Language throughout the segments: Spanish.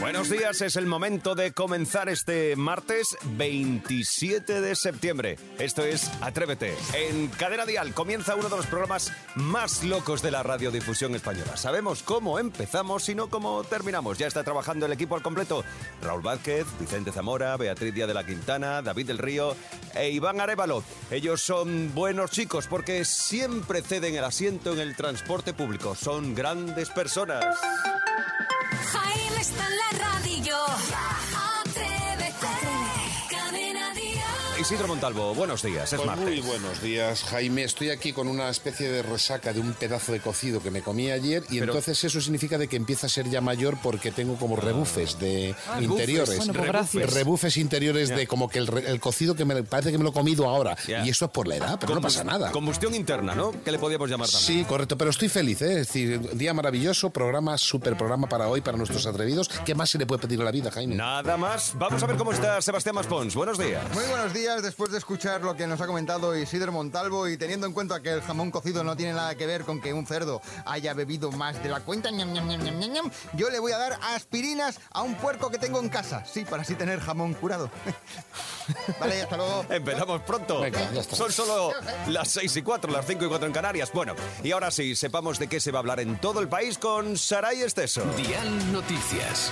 Buenos días, es el momento de comenzar este martes 27 de septiembre. Esto es Atrévete. En Cadena Dial comienza uno de los programas más locos de la radiodifusión española. Sabemos cómo empezamos y no cómo terminamos. Ya está trabajando el equipo al completo. Raúl Vázquez, Vicente Zamora, Beatriz Díaz de la Quintana, David del Río e Iván Arevalo. Ellos son buenos chicos porque siempre ceden el asiento en el transporte público. Son grandes personas. Jaime está en la radio. Atrévete. Cadena Dial. Isidro Montalvo, buenos días. Es Pues martes. muy buenos días, Jaime. Estoy aquí con una especie de resaca de un pedazo de cocido que me comí ayer y Pero- Ah. entonces eso significa de que empieza a ser ya mayor porque tengo como rebufes de interiores. Bueno, pues Rebufes. gracias. Rebufes interiores de como que el, re- el cocido que me parece que me lo he comido ahora. Ya. Y eso es por la edad, pero no pasa Combus- nada. Combustión interna, ¿no? Que le podíamos llamar también. Sí, correcto, pero estoy feliz, ¿eh? es decir, día maravilloso, programa, super programa para hoy, para nuestros atrevidos. ¿Qué más se le puede pedir a la vida, Jaime? Nada más. Vamos a ver cómo está Sebastián Maspons. Buenos días. Muy buenos días, después de escuchar lo que nos ha comentado Isidro Montalvo y teniendo en cuenta que el jamón cocido no tiene nada que ver con que un cerdo haya bebido más de la cuenta, ñam, ñam, ñam, ñam, ñam, ñam, yo le voy a dar aspirinas a un puerco que tengo en casa, sí, para así tener jamón curado. vale, hasta luego. Empezamos pronto. Venga, ya está. Son solo las 6 y 4, las 5 y 4 en Canarias. Bueno, y ahora sí, sepamos de qué se va a hablar en todo el país con Saray Esteso. Dial Noticias.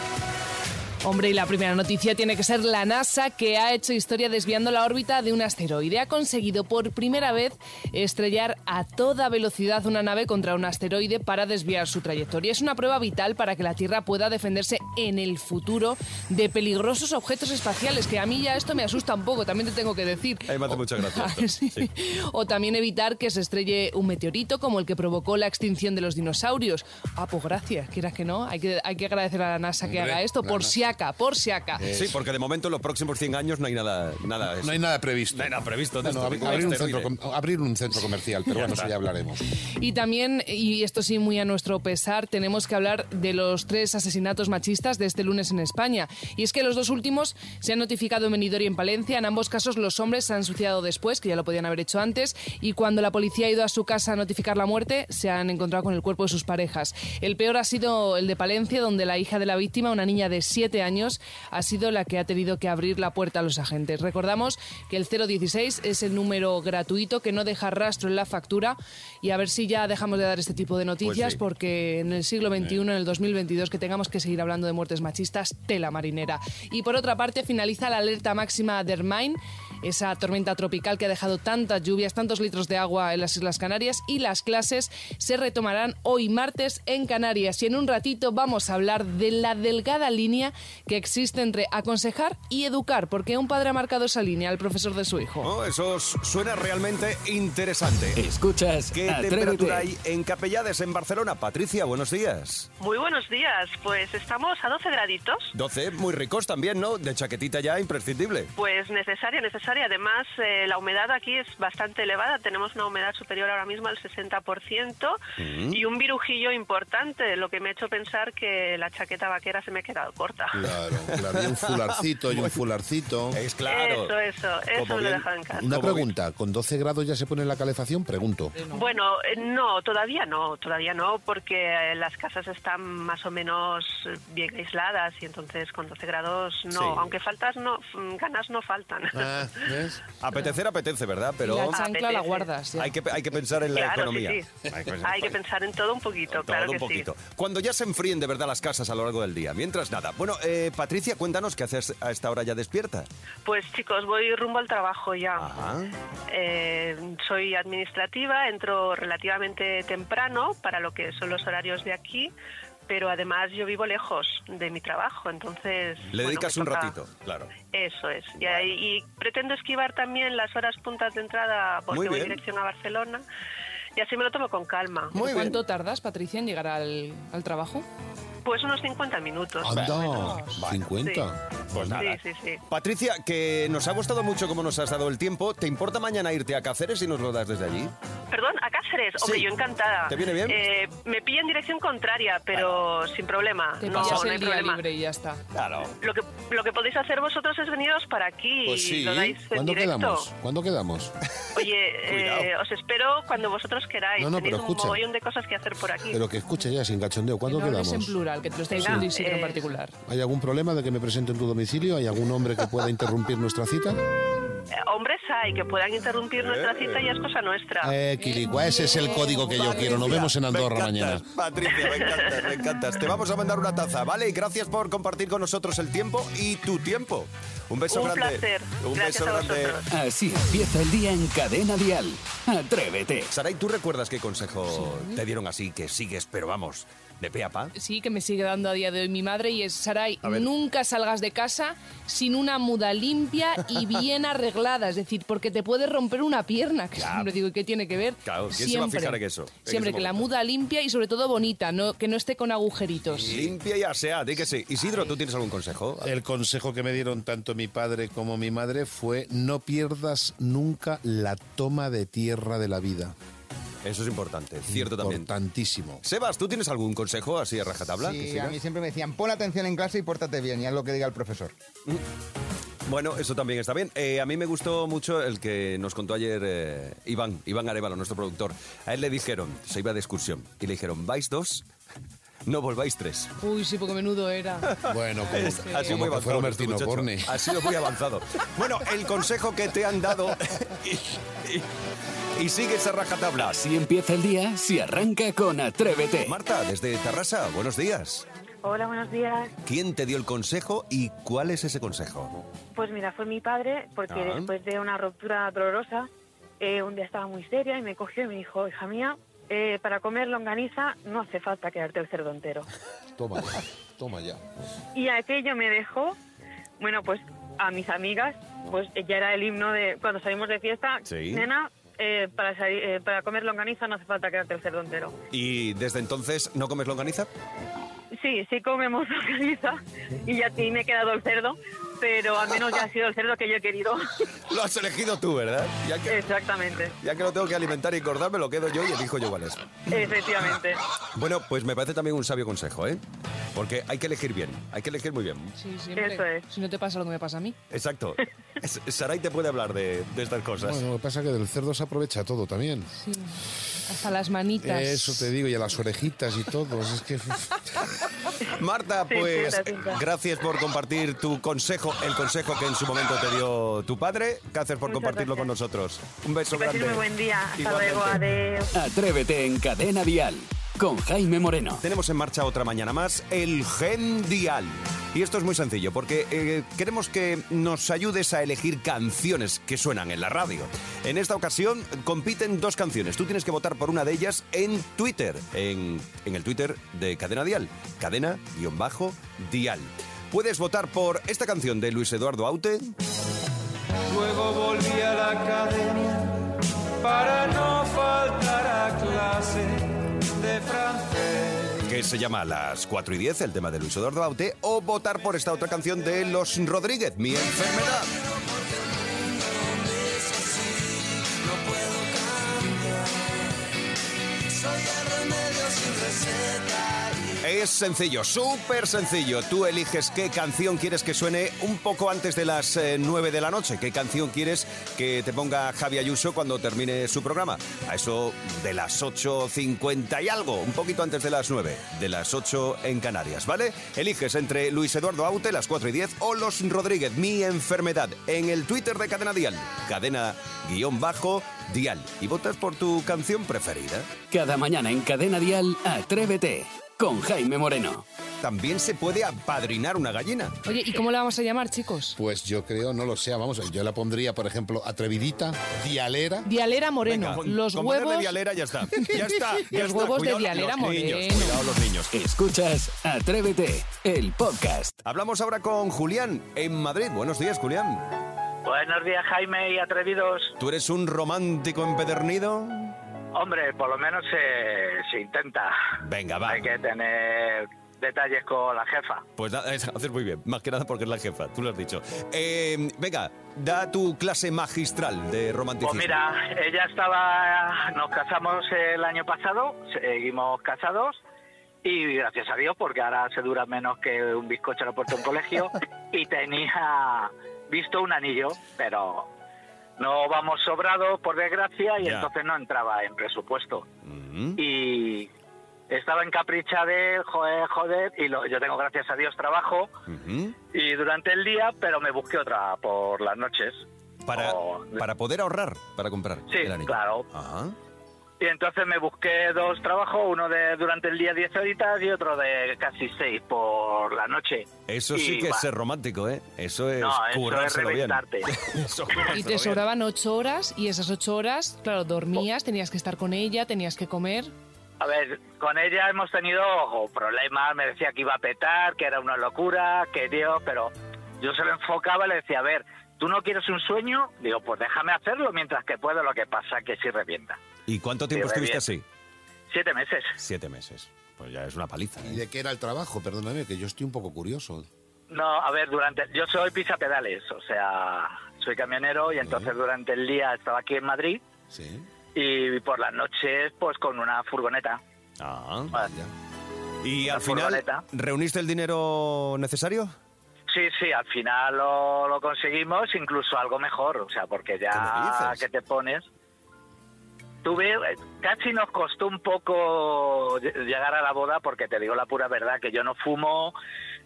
Hombre, y la primera noticia tiene que ser la NASA, que ha hecho historia desviando la órbita de un asteroide. Ha conseguido por primera vez estrellar a toda velocidad una nave contra un asteroide para desviar su trayectoria. Es una prueba vital para que la Tierra pueda defenderse en el futuro de peligrosos objetos espaciales, que a mí ya esto me asusta un poco, también te tengo que decir. A mí Eh, me hace mucha gracia esto. Sí. Sí. O también evitar que se estrelle un meteorito como el que provocó la extinción de los dinosaurios. Ah, pues gracias, quieras que no. Hay que, hay que agradecer a la NASA que Hombre, haga esto, la por NASA. Eh. si acá, por si acá. Sí, porque de momento en los próximos 100 años no hay nada. nada No hay nada previsto. No hay nada previsto. de Bueno, abri- esto, ningún abrir, un asteroide. centro, com- abrir un centro comercial, pero bueno, eso ya hablaremos. Y también, y esto sí muy a nuestro pesar, tenemos que hablar de los tres asesinatos machistas de este lunes en España. Y es que los dos últimos se han notificado en Benidorm y en Palencia. En ambos casos los hombres se han suicidado después, que ya lo podían haber hecho antes. Y cuando la policía ha ido a su casa a notificar la muerte, se han encontrado con el cuerpo de sus parejas. El peor ha sido el de Palencia, donde la hija de la víctima, una niña de 7 años, ha sido la que ha tenido que abrir la puerta a los agentes. Recordamos que el 016 es el número gratuito que no deja rastro en la factura y a ver si ya dejamos de dar este tipo de noticias sí. porque en el siglo XXI, en el 2022, que tengamos que seguir hablando de muertes machistas, tela marinera. Y por otra parte, finaliza la alerta máxima de Hermine, esa tormenta tropical que ha dejado tantas lluvias, tantos litros de agua en las Islas Canarias y las clases se retomarán hoy martes en Canarias. Y en un ratito vamos a hablar de la delgada línea que existe entre aconsejar y educar, porque un padre ha marcado esa línea al profesor de su hijo. No, Oh, eso s- suena realmente Eh, interesante. Escuchas ¿Qué Atrévete. temperatura hay en Capellades, en Barcelona? Patricia, buenos días. Muy buenos días, pues estamos a 12 graditos. 12, muy ricos también, ¿no? De chaquetita ya, imprescindible. Pues necesaria, necesaria. Además, eh, la humedad aquí es bastante elevada. Tenemos una humedad superior ahora mismo al 60% Mm. y un virujillo importante, lo que me ha hecho pensar que la chaqueta vaquera se me ha quedado corta. Claro, claro. Y un fularcito, y un fularcito. Es claro. Eso, eso, eso Como me lo bien- dejan en casa. Una como pregunta, ¿con 12 grados ya se pone la calefacción? Pregunto. Bueno, eh, no, todavía no, todavía no, porque eh, las casas están más o menos eh, bien aisladas y entonces con 12 grados no, Sí. aunque faltas no, mm, ganas no faltan. Ah, ¿ves? Apetecer apetece, ¿verdad? Pero la chancla la Apetece. guardas. ya. hay que, hay que pensar en la claro, economía. pues, sí, sí. Hay, que pensar en todo un poquito, Todo claro un que poquito. sí. Cuando ya se enfríen de verdad las casas a lo largo del día. Mientras nada. Bueno, eh, Patricia, cuéntanos qué haces a esta hora ya despierta. Pues chicos, voy rumbo al trabajo ya. Ajá. Eh, soy administrativa, entro relativamente temprano para lo que son los horarios de aquí, pero además yo vivo lejos de mi trabajo, entonces... Le bueno, dedicas me un toca- ratito, claro. Eso es. Y, ahí- y pretendo esquivar también las horas puntas de entrada Muy porque voy bien. dirección a Barcelona y así me lo tomo con calma. Muy bien. ¿Cuánto tardas, Patricia, en llegar al, al trabajo? Pues unos 50 minutos. Anda, 50. Pues nada. Sí, sí, sí. Patricia, que nos ha gustado mucho cómo nos has dado el tiempo. ¿Te importa mañana irte a Cáceres y nos lo das desde allí? perdón, a Cáceres. Hombre, Sí. yo encantada. ¿Te viene bien? Eh, me pilla en dirección contraria, pero sin problema. Te no, pillas no hay el día problema. libre y ya está. Claro. Lo que, lo que podéis hacer vosotros es veniros para aquí Pues y sí. lo dais en ¿Cuándo directo. quedamos? ¿Cuándo quedamos? Oye, eh, Cuidado. os espero cuando vosotros queráis. No, no, Tenéis pero un escucha. mogollón de cosas que hacer por aquí. Pero que escuche ya, sin cachondeo. ¿Cuándo no hables quedamos? en plural, que te lo está Venga, diciendo Isidro en eh, particular. ¿Hay algún problema de que me presente en tu domicilio? ¿Hay algún hombre que pueda interrumpir nuestra cita? Eh, hombres hay que puedan interrumpir nuestra cita y es cosa nuestra. Eh, Quilicua, ese es el código que yo quiero. Nos vemos en Me Andorra mañana. encantas, Patricia, me encantas, me encantas. Te vamos a mandar una taza, ¿vale? Y gracias por compartir con nosotros el tiempo y tu tiempo. Un beso Un grande. placer. Un Gracias beso a grande. vosotros. Así empieza el día en Cadena Dial. Atrévete. Saray, ¿tú recuerdas qué consejo te dieron así que sigues, pero vamos, de pe a pa? Sí, que me sigue dando a día de hoy mi madre y es Saray, A ver. nunca salgas de casa sin una muda limpia y bien arreglada, es decir, porque te puede romper una pierna, que Ya. siempre digo, ¿y qué tiene que ver? Claro, ¿quién se va a siempre, fijar en eso? En siempre ese que la momento. muda limpia y sobre todo bonita, no que no esté con agujeritos. Limpia y aseada, di que sí. Isidro, ¿tú tienes algún consejo? El consejo que me dieron tanto mi padre como mi madre fue no pierdas nunca la toma de tierra de la vida. Eso es importante, cierto también. Importantísimo. Sebas, ¿tú tienes algún consejo así a rajatabla? que Sí, a sigas? mí siempre me decían, pon atención en clase y pórtate bien, y haz lo que diga el profesor. Bueno, eso también está bien. Eh, a mí me gustó mucho el que nos contó ayer eh, Iván, Iván Arevalo, nuestro productor. A él le dijeron, se iba de excursión, y le dijeron, vais dos, no volváis tres. Uy, sí, porque menudo era. Bueno, como, Es- ha sido como muy que fuera avanzado. nuestro Bertino muchacho. Borne. Ha sido muy avanzado. Bueno, el consejo que te han dado y, y- y sigue esa rajatabla. Así empieza el día si arranca con Atrévete. Marta, desde Tarrasa, buenos días. Hola, buenos días. ¿Quién te dio el consejo y cuál es ese consejo? Pues mira, fue mi padre, porque Ah. después de una ruptura dolorosa, eh, un día estaba muy seria y me cogió y me dijo, hija mía, eh, para comer longaniza no hace falta quedarte el cerdo entero. Toma ya, toma ya. Y aquello me dejó, bueno, pues a mis amigas, pues ya era el himno de cuando salimos de fiesta, Sí. nena, eh, para, sali- eh, para comer longaniza no hace falta quedarte el cerdo entero. ¿Y desde entonces no comes longaniza? Sí, sí comemos longaniza y ya sí me he quedado el cerdo, pero al menos ya ha sido el cerdo que yo he querido. Lo has elegido tú, ¿verdad? Ya que- Exactamente. Ya que lo tengo que alimentar y engordar, me lo quedo yo y elijo yo cuál es. Efectivamente. Bueno, pues me parece también un sabio consejo, ¿eh? Porque hay que elegir bien, hay que elegir muy bien. Sí, siempre. Eso es. Si no te pasa lo que me pasa a mí. Exacto. S- Saray te puede hablar de, de estas cosas. Bueno, lo que pasa es que del cerdo se aprovecha todo también. Sí. Hasta las manitas. Eso te digo, y a las orejitas y todo. Es que Marta, Sí, sí, pues la tinta. gracias por compartir tu consejo, el consejo que en su momento te dio tu padre. Gracias por Muchas compartirlo con nosotros. Un beso Que paséis grande. muy buen día. Hasta Igualmente. luego. Adiós. Atrévete en Cadena Dial con Jaime Moreno. Tenemos en marcha otra mañana más el Gen Dial. Y esto es muy sencillo, porque eh, queremos que nos ayudes a elegir canciones que suenan en la radio. En esta ocasión compiten dos canciones. Tú tienes que votar por una de ellas en Twitter, en, en el Twitter de Cadena Dial, cadena-dial. Puedes votar por esta canción de Luis Eduardo Aute, Luego volví a la academia para no faltar a clase de francés. que se llama Las 4 y 10, el tema de Luis Eduardo Aute, o votar por esta otra canción de Los Rodríguez, Mi Enfermedad. Es sencillo, súper sencillo. Tú eliges qué canción quieres que suene un poco antes de las eh, 9 de la noche. ¿Qué canción quieres que te ponga Javi Ayuso cuando termine su programa? A eso de las 8.50 y algo, un poquito antes de las 9. De las 8 en Canarias, ¿vale? Eliges entre Luis Eduardo Aute, las 4 y 10, o Los Rodríguez, Mi Enfermedad, en el Twitter de Cadena Dial. Cadena-Dial. Y votas por tu canción preferida. Cada mañana en Cadena Dial, Atrévete con Jaime Moreno. También se puede apadrinar una gallina. Oye, ¿y cómo la vamos a llamar, chicos? pues yo creo, no lo sé, vamos, yo la pondría, por ejemplo, atrevidita, dialera. Dialera Moreno, Venga, con- los con huevos. ponerle dialera ya está. Ya está. ya Los está. huevos de Cuidado dialera los niños, moreno. cuidado los niños. Escuchas Atrévete, el podcast. Hablamos ahora con Julián en Madrid. Buenos días, Julián. Buenos días, Jaime y atrevidos. ¿Tú eres un romántico empedernido? Hombre, por lo menos eh, se, se intenta. Venga, va. Hay que tener detalles con la jefa. Pues da- es- haces muy bien, más que nada porque es la jefa, tú lo has dicho. Eh, venga, da tu clase magistral de romanticismo. Pues mira, ella estaba, nos casamos el año pasado, seguimos casados y gracias a Dios porque ahora se dura menos que un bizcocho en la puerta de un colegio y tenía visto un anillo, pero no vamos sobrados por desgracia y Ya. entonces no entraba en presupuesto. Y estaba encapricha de él, joder, joder, y lo- yo tengo gracias a Dios trabajo Ujú. y durante el día, pero me busqué otra por las noches. para, O- para poder ahorrar, para comprar Oh. Sí, el anillo. claro. Ajá. Y entonces me busqué dos trabajos, uno de durante el día 10 horitas y otro de casi 6 por la noche. Eso Y sí que va. es ser romántico, ¿eh? Eso es No, eso es currárselo bien. reventarte. Eso es currárselo Y te bien. sobraban ocho horas y esas ocho horas, claro, dormías, tenías que estar con ella, tenías que comer. A ver, con ella hemos tenido ojo, problemas, me decía que iba a petar, que era una locura, que Dios, pero yo se lo enfocaba y le decía, a ver, ¿tú no quieres un sueño? Digo, pues déjame hacerlo mientras que puedo, lo que pasa que sí revienta. ¿Y cuánto Sí, tiempo re estuviste así? bien. Siete meses. Siete meses. Pues ya es una paliza. ¿eh? ¿Y de qué era el trabajo? Perdóname, que yo estoy un poco curioso. No, a ver, durante. Yo soy pisapedales, o sea, soy camionero y entonces durante el día estaba aquí en Madrid Sí. y por las noches, pues con una furgoneta. Ah. Bueno, Y Una al final, furgoneta. ¿reuniste el dinero necesario? Sí, sí, al final lo, lo conseguimos, incluso algo mejor, o sea, porque ¿Qué me ya dices? que te pones. Tuve, eh, casi nos costó un poco lle- llegar a la boda, porque te digo la pura verdad, que yo no fumo,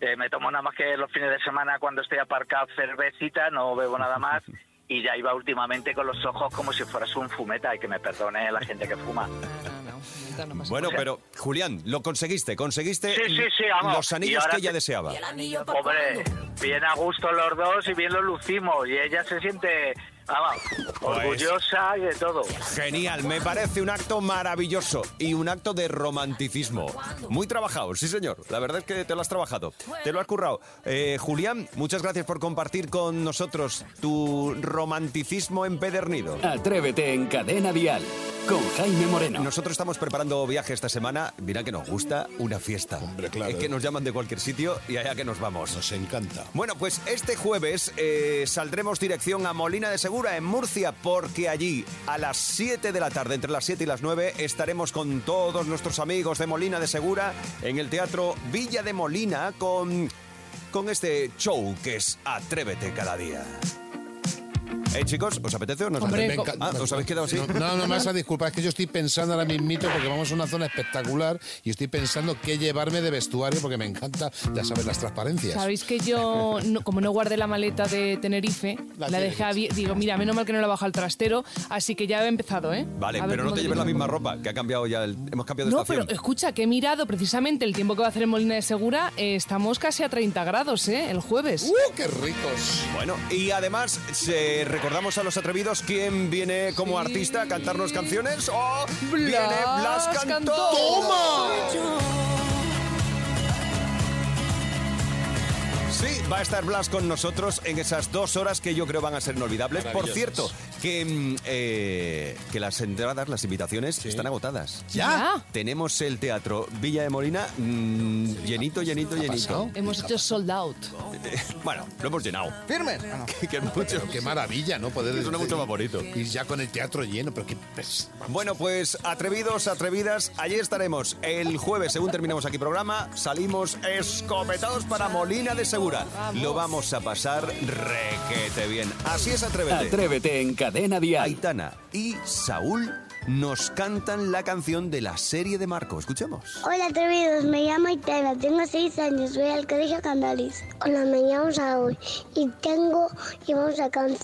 eh, me tomo nada más que los fines de semana cuando estoy aparcado cervecita, no bebo nada más, y ya iba últimamente con los ojos como si fueras un fumeta, y que me perdone la gente que fuma. No, no, no, no pasa Bueno, pues, nada. pero, Julián, lo conseguiste. Conseguiste Sí, sí, sí, vamos. los Y anillos ahora que ella te- deseaba. Hombre, bien a gusto los dos y bien lo lucimos. Y ella se siente, vamos, Pues. orgullosa y de todo. Genial, me parece un acto maravilloso y un acto de romanticismo. Muy trabajado, sí señor. La verdad es que te lo has trabajado, te lo has currado. Eh, Julián, muchas gracias por compartir con nosotros tu romanticismo empedernido. Atrévete en Cadena Dial con Jaime Moreno. Nosotros estamos preparando viaje esta semana. Mira que nos gusta una fiesta. Hombre, claro. Es que nos llaman de cualquier sitio y allá que nos vamos. Nos encanta. Bueno, pues este jueves eh, saldremos dirección a Molina de Segura, en Murcia, porque allí a las 7 de la tarde, entre las 7 y las 9, estaremos con todos nuestros amigos de Molina de Segura en el Teatro Villa de Molina con, con este show que es Atrévete cada día. Eh, chicos, ¿os apetece o no os Hombre, apetece? co- Ah, ¿os habéis quedado así? No, no, no me vas a disculpar, es que yo estoy pensando ahora mismito porque vamos a una zona espectacular y estoy pensando qué llevarme de vestuario porque me encanta, ya sabes, las transparencias. Sabéis que yo, no- como no guardé la maleta de Tenerife, La la, tienes. dejé abierta. Digo, mira, menos mal que no la bajo al trastero, así que ya he empezado, ¿eh? Vale, A ver pero no cómo te lleves digo. la misma ropa, que ha cambiado ya el, hemos cambiado de No, estación. pero eh, escucha, que he mirado precisamente el tiempo que va a hacer en Molina de Segura. eh, estamos casi a 30 grados, ¿eh? El jueves. ¡Uh, qué ricos! Bueno, y además se- recordamos a los atrevidos quién viene como artista a cantarnos canciones o viene Blas Blas Cantó. Cantó. Sí, va a estar Blas con nosotros en esas dos horas que yo creo van a ser inolvidables. Por Maravillosas. cierto, que, mm, eh, que las entradas, las invitaciones están agotadas. Ya. Tenemos el teatro Villa de Molina mm, llenito, llenito, llenito. pasado? Hemos hecho sold out. Bueno, lo hemos llenado. ¿Firmes? Ah, no. Que es mucho. Qué maravilla, ¿no? Poder Que suena mucho más bonito. Y ya con el teatro lleno, pero qué... pes- Bueno, pues atrevidos, atrevidas, allí estaremos el jueves, según terminemos aquí programa, salimos escopetados para Molina de Segura. Lo vamos a pasar requete bien. Así es, atrévete. Atrévete en Cadena Dial. Aitana y Saúl nos cantan la canción de la serie de Marco. Escuchemos. Hola atrevidos, Pues me llamo Itana, tengo 6 años, voy al colegio Candalis. Hola, me llamo Saúl y tengo y vamos a, can-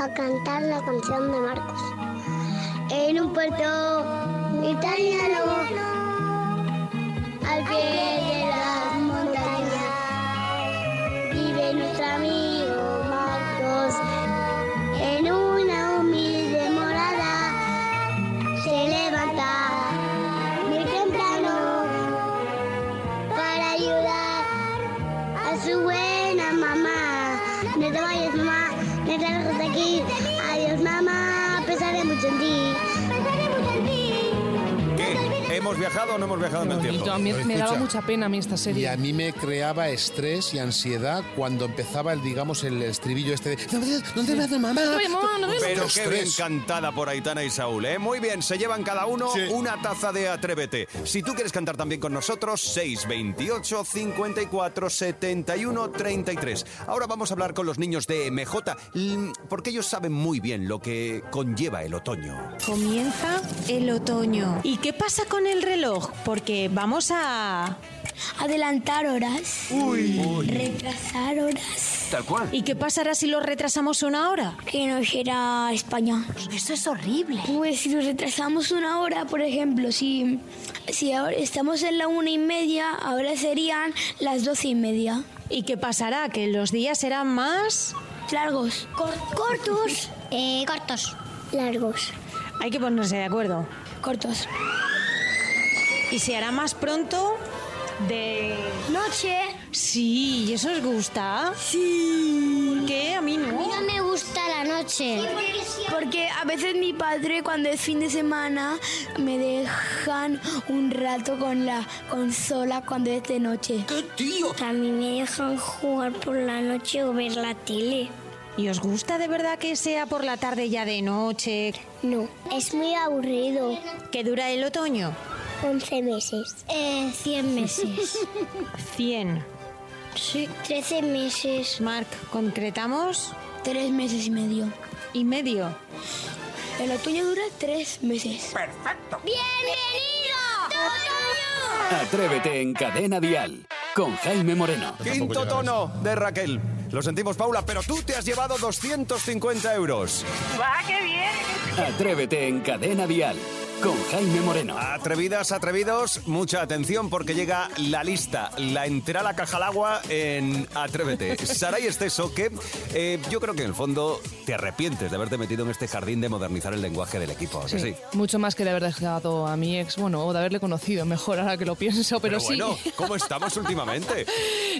a cantar la canción de Marcos. En un puerto italiano, al pie de las montañas, vive nuestro amigo Marcos. En una humilde morada se levanta muy temprano para ayudar a su buena mamá. No te vayas, mamá, no te alejes de aquí. Adiós, mamá, pesaré mucho en ti. Pesaré mucho en ti. ¿Qué? ¿Hemos viajado o no hemos viajado en el tiempo? Bonito, a mí me daba mucha pena a mí esta serie. Y a mí me creaba estrés y ansiedad cuando empezaba el, digamos, el estribillo este de ¿Dónde vas, mamá? Oye, mamá, ¿no ves? Pero qué bien Estrés. cantada por Aitana y Saúl, ¿eh? Muy bien, se llevan cada uno Sí. una taza de Atrévete. Si tú quieres cantar también con nosotros, 628 54 71 33. Ahora vamos a hablar con los niños de MJ, mm, porque ellos saben muy bien lo que conlleva el otoño. Comienza el otoño. ¿Y qué pasa con el reloj? Porque vamos a... Adelantar horas. Uy. Retrasar horas. Tal cual. ¿Y qué pasará si lo retrasamos una hora? Que nos irá a España. Eso es horrible. Pues si nos retrasamos una hora, por ejemplo, si, si ahora estamos en la una y media, ahora serían las doce y media. ¿Y qué pasará? ¿Que los días serán más...? Largos. cortos. Eh, cortos. Largos. Hay que ponerse de acuerdo. Cortos. ¿Y se hará más pronto de...? Noche. Sí, ¿y eso os gusta? Sí. ¿Por qué? A mí no. me gusta la noche. porque a veces mi padre cuando es fin de semana me dejan un rato con la consola cuando es de noche. ¡Qué tío! A mí me dejan jugar por la noche o ver la tele. ¿Y os gusta de verdad que sea por la tarde ya de noche? No, es muy aburrido. ¿Que dura el otoño? 11 meses. Eh, 100 meses. 100. sí, 13 meses. Marc, concretamos 3 meses y medio. y medio. El otoño dura 3 meses. ¡Perfecto! ¡Bienvenido! ¡Otoño! Atrévete en Cadena Dial con Jaime Moreno. Quinto tono de Raquel. Lo sentimos, Paula, pero tú te has llevado 250 euros. ¡Va, qué bien! Atrévete en Cadena Dial con Jaime Moreno. Atrevidas, atrevidos, mucha atención porque llega la lista, la entera la caja al agua en Atrévete. Saray Esteso, que eh, yo creo que en el fondo te arrepientes de haberte metido en este jardín de modernizar el lenguaje del equipo, ¿a que sí. Mucho más que de haber dejado a mi ex, bueno, o de haberle conocido, mejor ahora que lo pienso, pero, sí. bueno, ¿cómo estamos últimamente?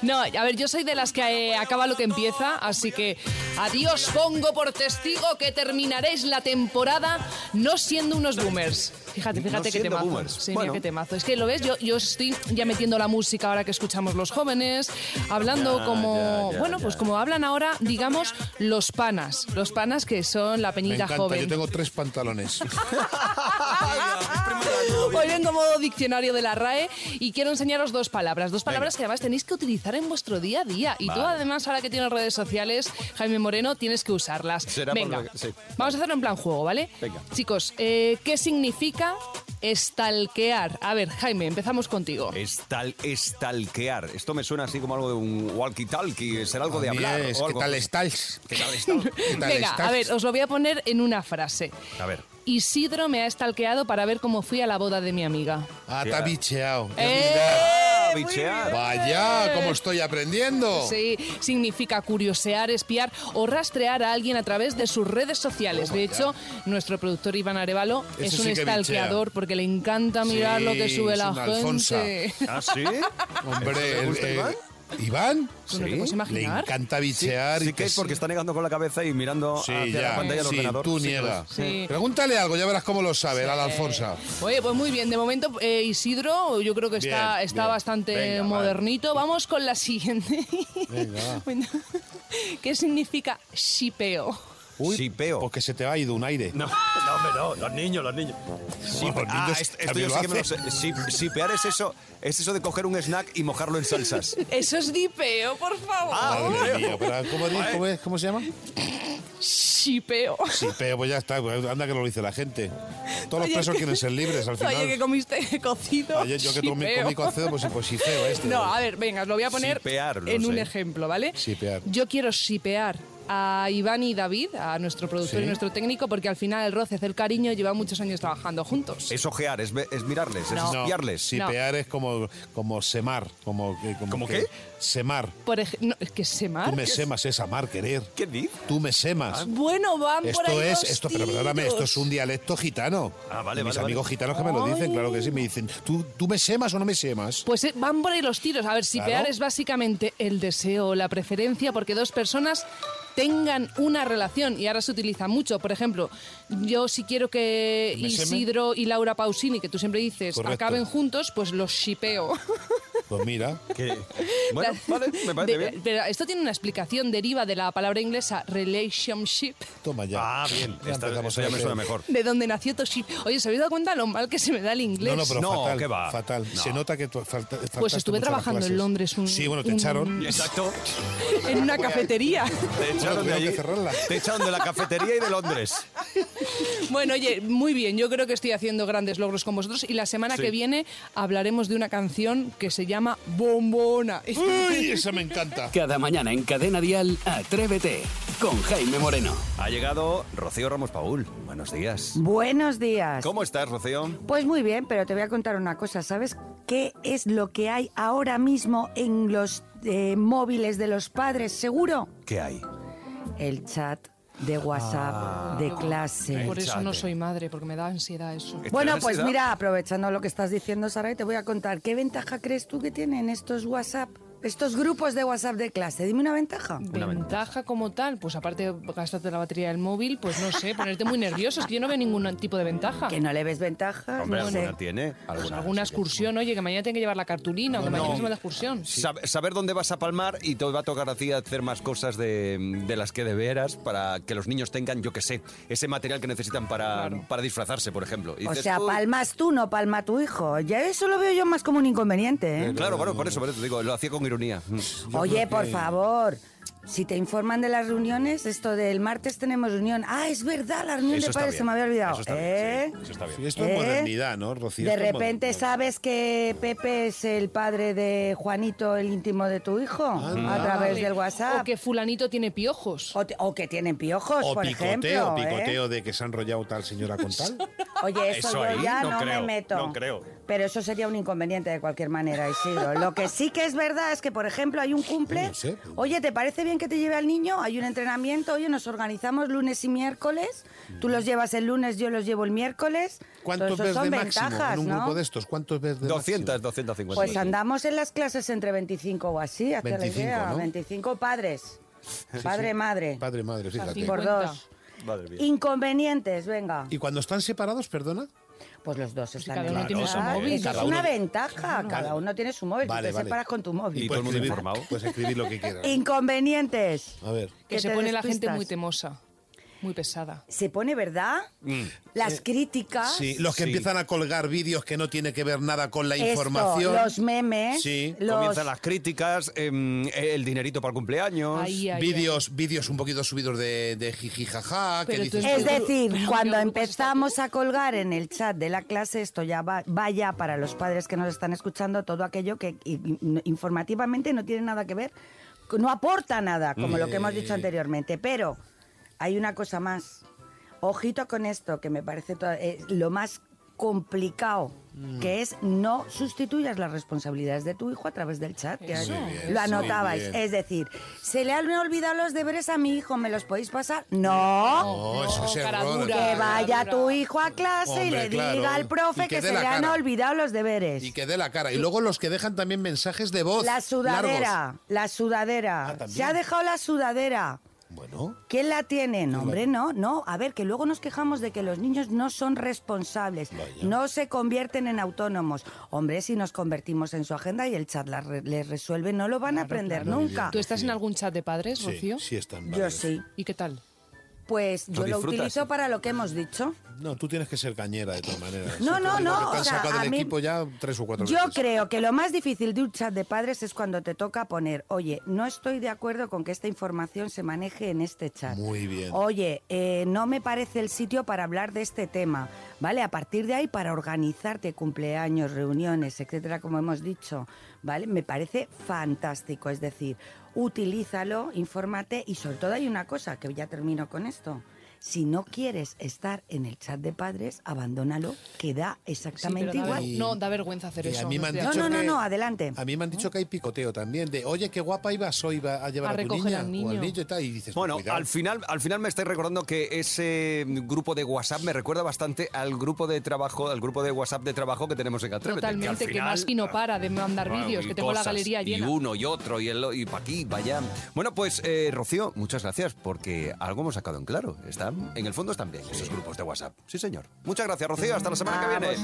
No, a ver, yo soy de las que eh, acaba lo que empieza, así que adiós pongo por testigo que terminaréis la temporada no siendo unos boomers. Fíjate, No fíjate qué siendo temazo. boomers. Sí, mira Bueno. qué temazo. Es que lo ves, yo, yo estoy ya metiendo la música ahora que escuchamos los jóvenes, hablando Ya, como, ya, ya, bueno, ya. pues como hablan ahora, digamos, los panas. Los panas que son la Me peñita encanta, joven. yo tengo tres pantalones. Hoy vengo modo diccionario de la RAE y quiero enseñaros dos palabras. Dos palabras que además tenéis que utilizar en vuestro día a día. Y tú, Vale. además, ahora que tienes redes sociales, Jaime Moreno, tienes que usarlas. Será por Venga, lo que- sí. vamos a hacerlo en plan juego, ¿vale? Venga. Chicos, eh, ¿qué significa estalquear? A ver, Jaime, empezamos contigo. Estal, estalquear. Esto me suena así como algo de un walkie-talkie, será algo de También hablar. es, o ¿Qué algo. tal estás? ¿Qué tal estás? ¿Qué tal Venga, estás? a ver, os lo voy a poner en una frase. A ver. Isidro me ha estalqueado para ver cómo fui a la boda de mi amiga. Ah, te ha bicheado. ¡Eh! Ah, bichear. Vaya, cómo estoy aprendiendo. Sí, significa curiosear, espiar o rastrear a alguien a través de sus redes sociales. de hecho, nuestro productor Iván Arevalo Ese es sí un que bichea. estalqueador porque le encanta mirar Sí, lo que sube es la una gente. alfonsa. ¿Ah, sí? Hombre, ¿Te gusta, eh, Iván? Iván, ¿Tú no te puedes le imaginar? encanta bichear. Sí y que es porque está negando con la cabeza y mirando Sí, hacia ya. la pantalla del sí, ordenador. tú Sí, pues. lo niega. es. Sí. Pregúntale algo, ya verás cómo lo sabe, la Alfonsa. Oye, pues muy bien. De momento, eh, Isidro, yo creo que está, Bien, está bien. bastante Venga, modernito. Vamos con la siguiente. Bueno, ¿Qué significa shipeo? Uy, Shipeo. Porque se te ha ido un aire. No, no, hombre, no, los niños, los niños. Bueno, los ah, niños esto, esto también yo lo sí que me lo sé. hacen. Sip- Sipear es eso, es eso de coger un snack y mojarlo en salsas. Eso es dipeo, por favor. Ah, Madre Shipeo. mía, pero ¿cómo, di- cómo es? ¿Cómo se llama? Shipeo. Sí, pero pues ya está, pues anda que lo dice la gente. Todos los presos quieren ser libres al final. Oye, que comiste cocido. Ayer yo que tomé shipeo. comí cocido, pues, pues sí, feo este. No, a ver, venga, os lo voy a poner Sipear, lo en un sé. ejemplo, ¿vale? Sipear. Yo quiero sipear a Iván y David, a nuestro productor Sí. y nuestro técnico, porque al final el roce, el cariño, lleva muchos años trabajando juntos. Es ojear, es, ve- es mirarles, No. es espiarles. No. Sipear es como, como semar. Como, que- como ¿Cómo que- qué? Semar. Por ejemplo, es que Tú semar. me semas, es amar, querer. ¿Qué dices? Tú me semas. Bueno, van por ahí Esto es, los esto, pero perdóname, esto es tiros. un dialecto gitano. Ah, vale, De Mis vale, amigos gitanos que me lo dicen, claro que sí, me dicen, ¿tú, tú me semas o no me semas? Pues eh, van por ahí los tiros. A ver, sipear Claro. es básicamente el deseo, o la preferencia, porque dos personas tengan una relación y ahora se utiliza mucho. Por ejemplo, yo si quiero que MSM. Isidro y Laura Pausini, que tú siempre dices, Correcto. acaben juntos, pues los shipeo. Pues mira. Bueno, vale, me parece De- bien. pero esto tiene una explicación, deriva de la palabra inglesa relationship, Toma ya. Ah, bien. Esta- empezamos esto ya a me ver. suena mejor. de donde nació Toship. Oye, ¿os habéis dado cuenta lo mal que se me da el inglés? No, no, pero No, fatal. ¿qué va? Fatal. No. Se nota que tú falta- Pues faltaste estuve mucho a las trabajando en clases. Londres un- Sí, bueno, te un- echaron. Exacto. en una cafetería. Te echaron de tuvieron que allí. Te echaron de la cafetería y de Londres. Bueno, oye, muy bien, yo creo que estoy haciendo grandes logros con vosotros y la semana Sí. que viene hablaremos de una canción que se llama Bombona. esa me encanta! Cada mañana en Cadena Dial, Atrévete con Jaime Moreno. Ha llegado Rocío Ramos Paul. Buenos días. Buenos días. ¿Cómo estás, Rocío? Pues muy bien, pero te voy a contar una cosa. ¿Sabes qué es lo que hay ahora mismo en los eh, móviles de los padres? Seguro. ¿Qué hay? El chat de WhatsApp Ah, de clase. Por eso no soy madre, porque me da ansiedad eso. Bueno, pues mira, aprovechando lo que estás diciendo, Sara, y te voy a contar, ¿qué ventaja crees tú que tienen estos WhatsApp, estos grupos de WhatsApp de clase? Dime una ventaja. Ventaja como tal, pues aparte de gastarte la batería del móvil, pues no sé, ponerte muy nervioso, es que yo no veo ningún tipo de ventaja. Que no le ves ventaja. Hombre, no ¿alguna sé. tiene? ¿Alguna? Alguna excursión, oye, que mañana tengo que llevar la cartulina, o que No, mañana no. se va de excursión. Sab- saber dónde vas a palmar y te va a tocar a ti hacer más cosas de, de las que de veras para que los niños tengan, yo qué sé, ese material que necesitan para, para disfrazarse, por ejemplo. Y O Pues dices, sea, ¿eh? "Uy". palmas tú, no palma tu hijo. Ya eso lo veo yo más como un inconveniente. ¿eh? Claro, claro, por eso, por eso digo, lo hacía con ironía. Mm. Oye, por favor. Si te informan de las reuniones, esto del martes tenemos reunión. Ah, es verdad, la reunión Eso de está padres bien. se me había olvidado. ¿Eh? Sí, esto ¿Eh? es modernidad, ¿no, Rocío? de Esto es repente sabes que Pepe es el padre de Juanito, el íntimo de tu hijo, a través Vale. del WhatsApp. O que fulanito tiene piojos. O, que tienen piojos, O por picoteo, ejemplo. ¿eh? picoteo de que se ha enrollado tal señora con tal. Oye, eso, Ah, Eso yo ahí ya no no, creo, me meto. no creo. Pero eso sería un inconveniente de cualquier manera, Isidro. Lo que sí que es verdad es que, por ejemplo, hay un cumple. No sé. Oye, ¿te parece bien que te lleve al niño? Hay un entrenamiento, oye, nos organizamos lunes y miércoles. Tú los llevas el lunes, yo los llevo el miércoles. ¿Cuántos Todo eso ves son de máximo ventajas, en un ¿no? grupo de estos? ¿Cuántos ves de 200, 250. Pues andamos en las clases entre 25 o así, hazte la 25, idea. ¿no? 25 padres. Padre, madre. Padre, madre, fíjate. Por dos. Pues Inconvenientes, venga. ¿Y cuando están separados, perdona? Pues los dos están cada en uno el tiene su chat. móvil. Eso es Cada una uno- ventaja. Cada uno tiene su móvil. tú Vale, te vale. separas con tu móvil. puedes escribir- Puedes escribir lo que quieras. Inconvenientes. A ver. Que que se te pone la gente despistas. muy temosa, muy pesada. Se pone, ¿verdad? Mm. Las Eh. críticas. Sí, los que empiezan a colgar vídeos que no tiene que ver nada con la Esto, información. los memes. Sí. los- Comienzan las críticas, em, el dinerito para el cumpleaños. Ahí, ahí, vídeos, vídeos un poquito subidos de, de jiji jaja, que dices es tú, decir, cuando empezamos a colgar en el chat de la clase, esto ya va, vaya para los padres que nos están escuchando, todo aquello que i- i- informativamente no tiene nada que ver, no aporta nada, como lo que hemos dicho Mm. Eh. anteriormente. Pero hay una cosa más. Ojito con esto, que me parece to- eh, lo más complicado Mm. que es no sustituyas las responsabilidades de tu hijo a través del chat. que Eso. Muy bien, lo muy anotabais. bien. Es decir, ¿se le han olvidado los deberes a mi hijo? ¿Me los podéis pasar? No. Oh, No, Oh, eso es Cara error. dura, que vaya tu hijo a clase y Hombre, le claro. diga al profe Y que que, dé se la le han cara. olvidado los deberes. Y que dé la cara. Y luego los que dejan también mensajes de voz. La sudadera, largos. la sudadera. Ah, se ha dejado la sudadera. Bueno. ¿Quién la tiene? No, hombre, no, no. A ver, que luego nos quejamos de que los niños no son responsables, no se convierten en autónomos. Hombre, si nos convertimos en su agenda y el chat la re- les resuelve, no lo van a aprender nunca. ¿Tú estás en algún chat de padres, Sí, Rocío? sí están Yo varios. sí. ¿Y qué tal? Pues ¿Lo yo lo disfrutas? utilizo para lo que hemos dicho. No, tú tienes que ser cañera de todas maneras. No, no, Porque no, Te o han sea, sacado a del mí- equipo ya tres o cuatro Yo veces. creo que lo más difícil de un chat de padres es cuando te toca poner, oye, no estoy de acuerdo con que esta información se maneje en este chat. Muy bien. Oye, eh, no me parece el sitio para hablar de este tema, ¿vale? A partir de ahí, para organizarte cumpleaños, reuniones, etcétera, como hemos dicho, ¿vale? Me parece fantástico, es decir, utilízalo, infórmate y sobre todo hay una cosa, que ya termino con esto, Si no quieres estar en el chat de padres, abandónalo, que da exactamente pero da igual. ver- no, da vergüenza hacer Y eso. a mí no me han estoy de dicho acuerdo. que- No, adelante. A mí me han dicho que hay picoteo también, de oye, qué guapa ibas hoy va a llevar A a, tu recoger niña al o niño. al niño y tal. Y dices, "Pues Bueno, cuidado. al final, al final me estáis recordando que ese grupo de WhatsApp me recuerda bastante al grupo de trabajo, al grupo de WhatsApp de trabajo que tenemos en Atrévete. al Totalmente, que final- ah, Masky no para de mandar Bueno, vídeos, y que tengo cosas, la galería llena. Y uno y otro y, el, y pa' aquí, pa' allá. Bueno, pues eh, Rocío, muchas gracias porque algo hemos sacado en claro. Están, en el fondo están bien esos grupos de WhatsApp. Sí, señor. Muchas gracias, Rocío. Hasta la semana que viene.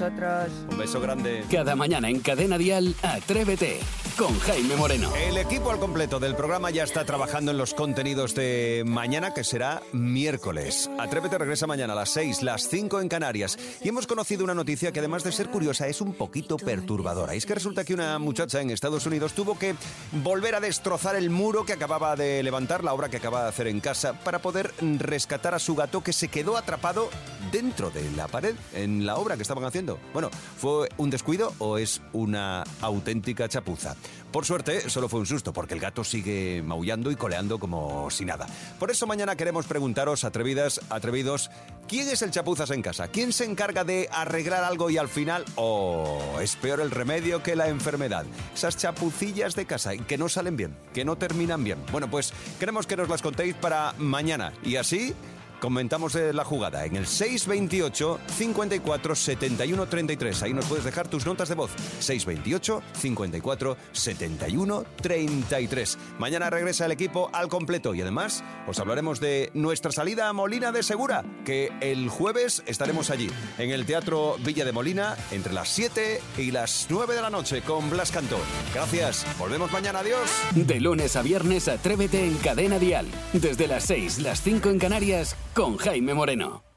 Un beso grande. Cada mañana en Cadena Dial, Atrévete con Jaime Moreno. El equipo al completo del programa ya está trabajando en los contenidos de mañana, que será miércoles. Atrévete regresa mañana a las 6, las 5 en Canarias. Y hemos conocido una noticia que además de ser curiosa es un poquito perturbadora. Y es que resulta que una muchacha en Estados Unidos tuvo que volver a destrozar el muro que acababa de levantar, la obra que acaba de hacer en casa, para poder rescatar a su gato que se quedó atrapado dentro de la pared, en la obra que estaban haciendo. Bueno, ¿fue un descuido o es una auténtica chapuza? Por suerte, solo fue un susto, porque el gato sigue maullando y coleando como si nada. Por eso mañana queremos preguntaros, atrevidas, atrevidos, ¿quién es el chapuzas en casa? ¿Quién se encarga de arreglar algo y al final, oh, es peor el remedio que la enfermedad? Esas chapucillas de casa y que no salen bien, que no terminan bien. Bueno, pues queremos que nos las contéis para mañana y así Comentamos eh, la jugada en el 628 54 71 33. Ahí nos puedes dejar tus notas de voz. 628 54 71 33. Mañana regresa el equipo al completo y además os hablaremos de nuestra salida a Molina de Segura, que el jueves estaremos allí, en el Teatro Villa de Molina, entre las 7 y las 9 de la noche con Blas Cantó. Gracias, volvemos mañana, adiós. De lunes a viernes, Atrévete en Cadena Dial. Desde las 6, las 5 en Canarias con Jaime Moreno.